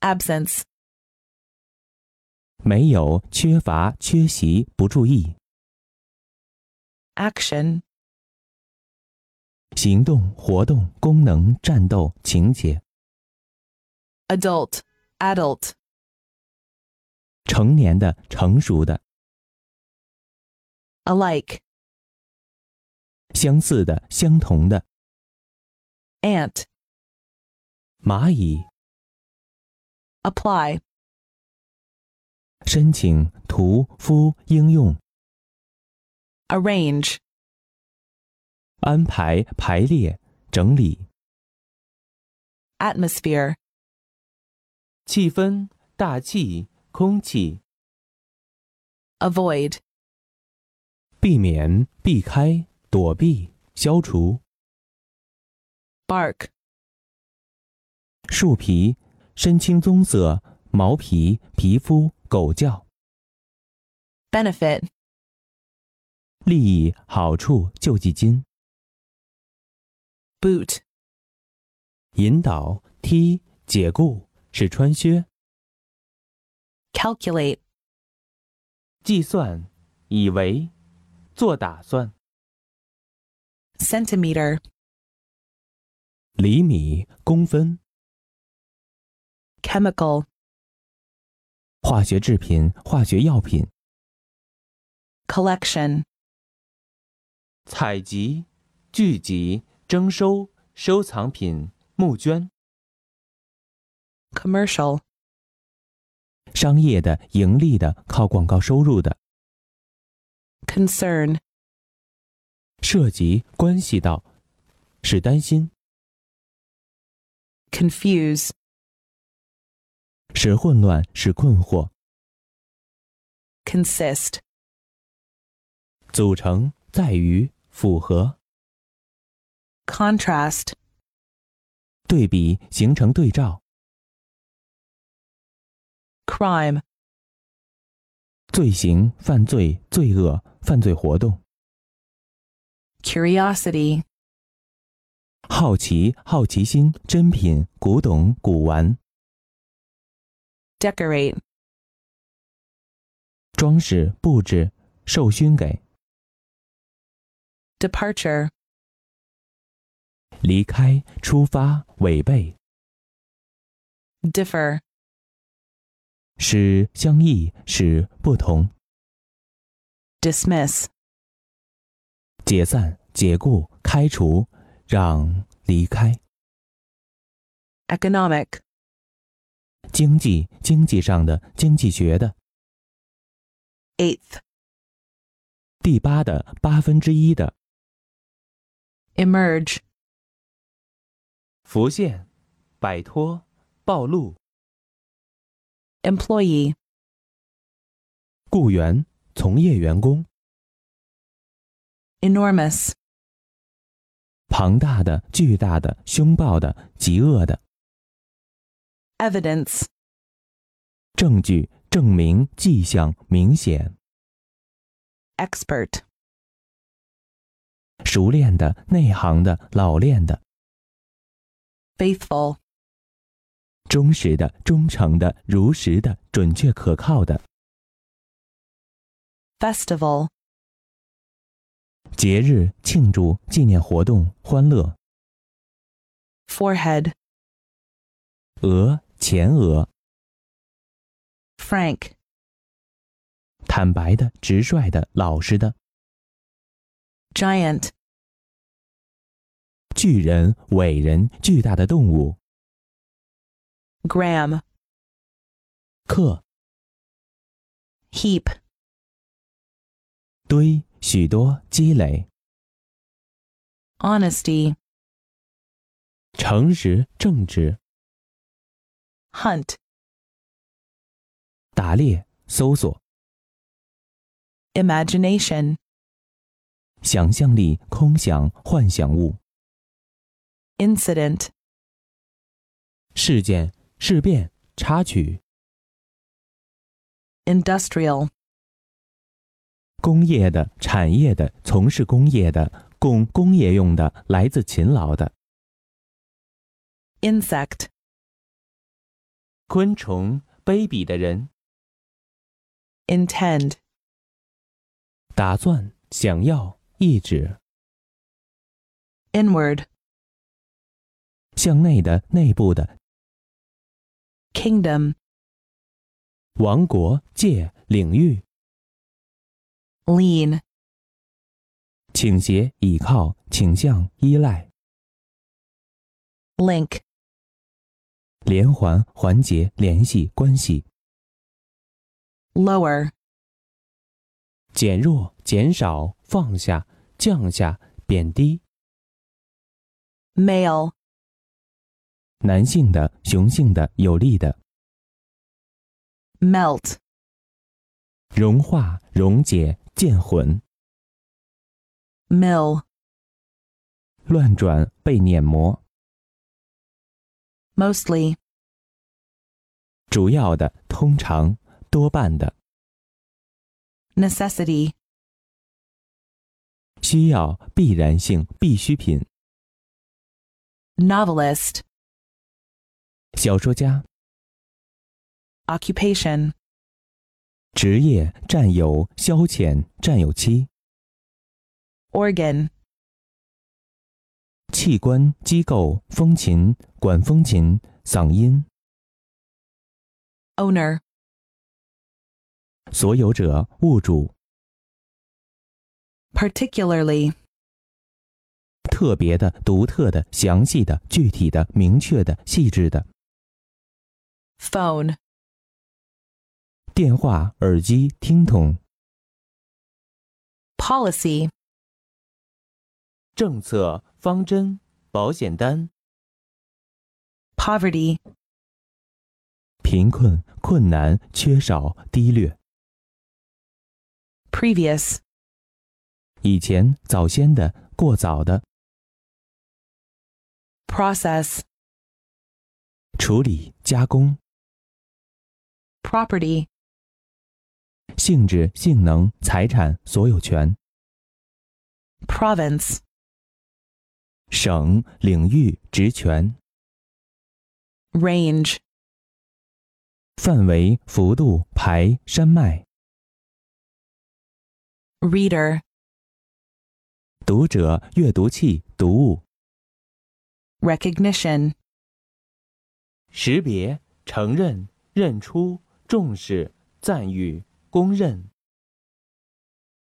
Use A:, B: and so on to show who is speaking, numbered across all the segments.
A: absence,
B: 没有、缺乏、缺席、不注意、
A: action,
B: 行动、活动、功能、战斗、情节、
A: adult, adult,
B: 成年的、成熟的、
A: alike,
B: 相似的、相同的、
A: ant,
B: 蚂蚁、
A: apply,
B: 申请、涂、敷、应用、
A: arrange,
B: 安排、排列、整理、
A: atmosphere,
B: 气氛、大气、空气、
A: avoid,
B: 避免、避开、躲避、消除、
A: bark,
B: 树皮、深青棕色、毛皮、皮肤、狗叫、
A: benefit,
B: 利益、好处、救济金、
A: boot,
B: 引导、踢、解雇、使穿靴、
A: calculate,
B: 计算、以为、做打算。
A: centimeter,
B: 厘米、公分、
A: chemical,
B: 化学制品、化学药品、
A: collection,
B: 采集、聚集、征收、收藏品、募捐、
A: commercial,
B: 商业的、盈利的、靠广告收入的、
A: concern,
B: 涉及、关系到、使担心、
A: confuse,
B: 使混乱、使困惑、
A: consist,
B: 组成、在于、符合、
A: contrast,
B: 对比、形成对照、
A: crime,
B: 罪行、犯罪、罪恶、犯罪活动、
A: curiosity,
B: 好奇、好奇心、珍品、古董、古玩、
A: decorate,
B: 装饰、布置、授勋给。
A: departure,
B: 离开、出发、违背，
A: differ,
B: 使相异，使不同，
A: dismiss,
B: 解散、解雇、开除，让离开。
A: economic,
B: 经济、经济上的、经济学的，
A: eighth,
B: 第八的八分之一的
A: emerge,
B: 浮现、摆脱、暴露、
A: employee,
B: 雇员、从业员工、
A: enormous,
B: 庞大的、巨大的、凶暴的、极恶的
A: evidence,
B: 证据、证明、迹象、明显、
A: expert,
B: 熟练的、内行的、老练的。
A: faithful,
B: 忠实的、忠诚的、如实的、准确可靠的。
A: festival,
B: 节日庆祝、纪念活动、欢乐。
A: forehead,
B: 额、前额，
A: frank,
B: 坦白的、直率的、老实的。
A: giant,
B: 巨人、伟人、巨大的动物。
A: gram,
B: 克、
A: heap,
B: 堆、许多、积累。
A: honesty,
B: 诚实、正直。
A: hunt,
B: 打猎、搜索。
A: imagination,
B: 想象力、空想、幻想物。
A: incident,
B: 事件、事变、插曲。
A: industrial,
B: 工业的、产业的、从事工业的、供工业用的、来自勤劳的、
A: insect,
B: 昆虫、卑鄙的人，
A: intend,
B: 打算、想要、意志，
A: inward,
B: 向内的、内部的、
A: kingdom,
B: 王国、界、领域、
A: lean,
B: 倾斜、倚靠、倾向、依赖、
A: link,
B: 连环、环节、联系、关系、
A: lower,
B: 减弱、减少、放下、降下、贬低。
A: male,
B: 男性的、雄性的、有力的，
A: melt,
B: 融化、溶解、溅混、
A: mill,
B: 乱转、被碾磨，
A: mostly,
B: 主要的、通常、多半的、
A: necessity,
B: 需要、必然性、必需品、
A: novelist,
B: 小说家、
A: occupation,
B: 职业、占有、消遣、占有期、
A: organ,
B: 器官、机构、风琴、管风琴、嗓音、
A: owner,
B: 所有者、物主、
A: particularly,
B: 特别的、独特的、详细的、具体的、明确的、细致的。
A: phone,
B: 电话、耳机、听筒、
A: policy,
B: 政策、方针、保险单、
A: poverty,
B: 贫困、困难、缺少、低劣、
A: previous,
B: 以前、早先的、过早的、
A: process,
B: 处理、加工、
A: property,
B: 性质、性能、财产、所有权、
A: province,
B: 省、领域、职权、
A: range,
B: 范围、幅度、排、山脉、
A: reader,
B: 读者、阅读器、读物、
A: recognition,
B: 识别、承认、认出、重视、赞誉、公认、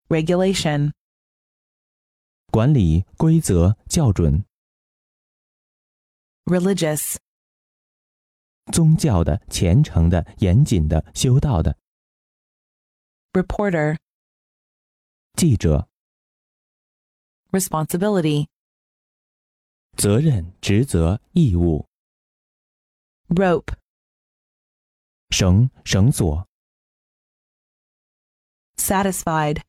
A: regulation,
B: 管理、规则、校准。
A: religious,
B: 宗教的、虔诚的、严谨的、修道的
A: reporter,
B: 记者，
A: responsibility,
B: 责任、职责、义务，
A: rope,
B: 绳、绳索，
A: satisfied,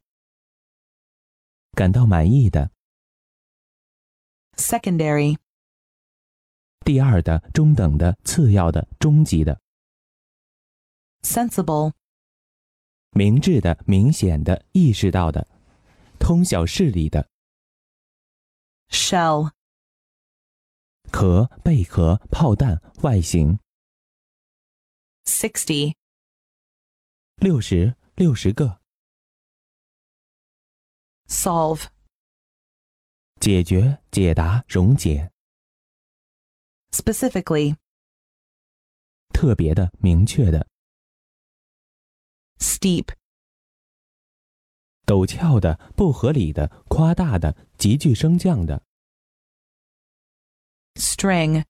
B: 感到满意的，
A: secondary,
B: 第二的、中等的、次要的、中级的，
A: sensible,
B: 明智的、明显的、意识到的，通晓事理的，
A: shell,
B: 壳、贝壳、炮弹、外形，
A: 60,
B: 六十六十个，
A: solve,
B: 解决、解答、溶解，
A: specifically,
B: 特别的、明确的，
A: steep,
B: 陡峭的、不合理的、夸大的、急剧升降的。
A: string,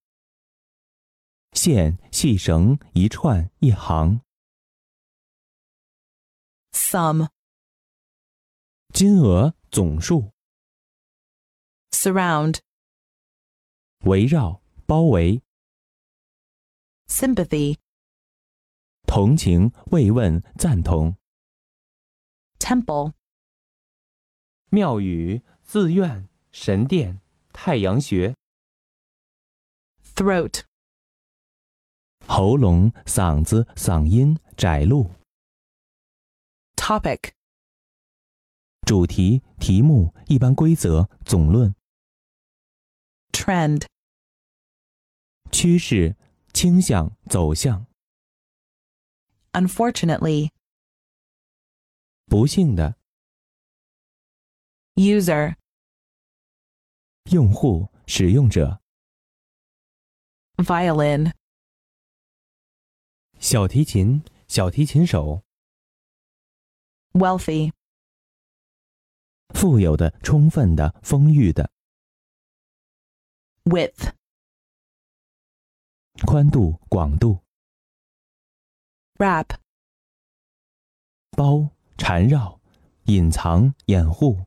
B: 线、细绳、一串、一行，
A: sum,
B: 金额、总数，
A: surround,
B: 围绕、包围、
A: sympathy,
B: 同情、慰问、赞同、
A: temple,
B: 庙宇、寺院、神殿、太阳穴、
A: throat,
B: 喉咙、嗓子、嗓音、窄路、
A: topic,
B: 主题、题目、一般规则、总论、
A: trend,
B: 趋势、倾向、走向、
A: unfortunately,
B: 不幸的
A: user,
B: 用户、使用者。
A: violin,
B: 小提琴，小提琴手，
A: wealthy,
B: 富有的、充分的、丰裕的，
A: width,
B: 宽度、广度，
A: wrap,
B: 包、缠绕、隐藏、掩护，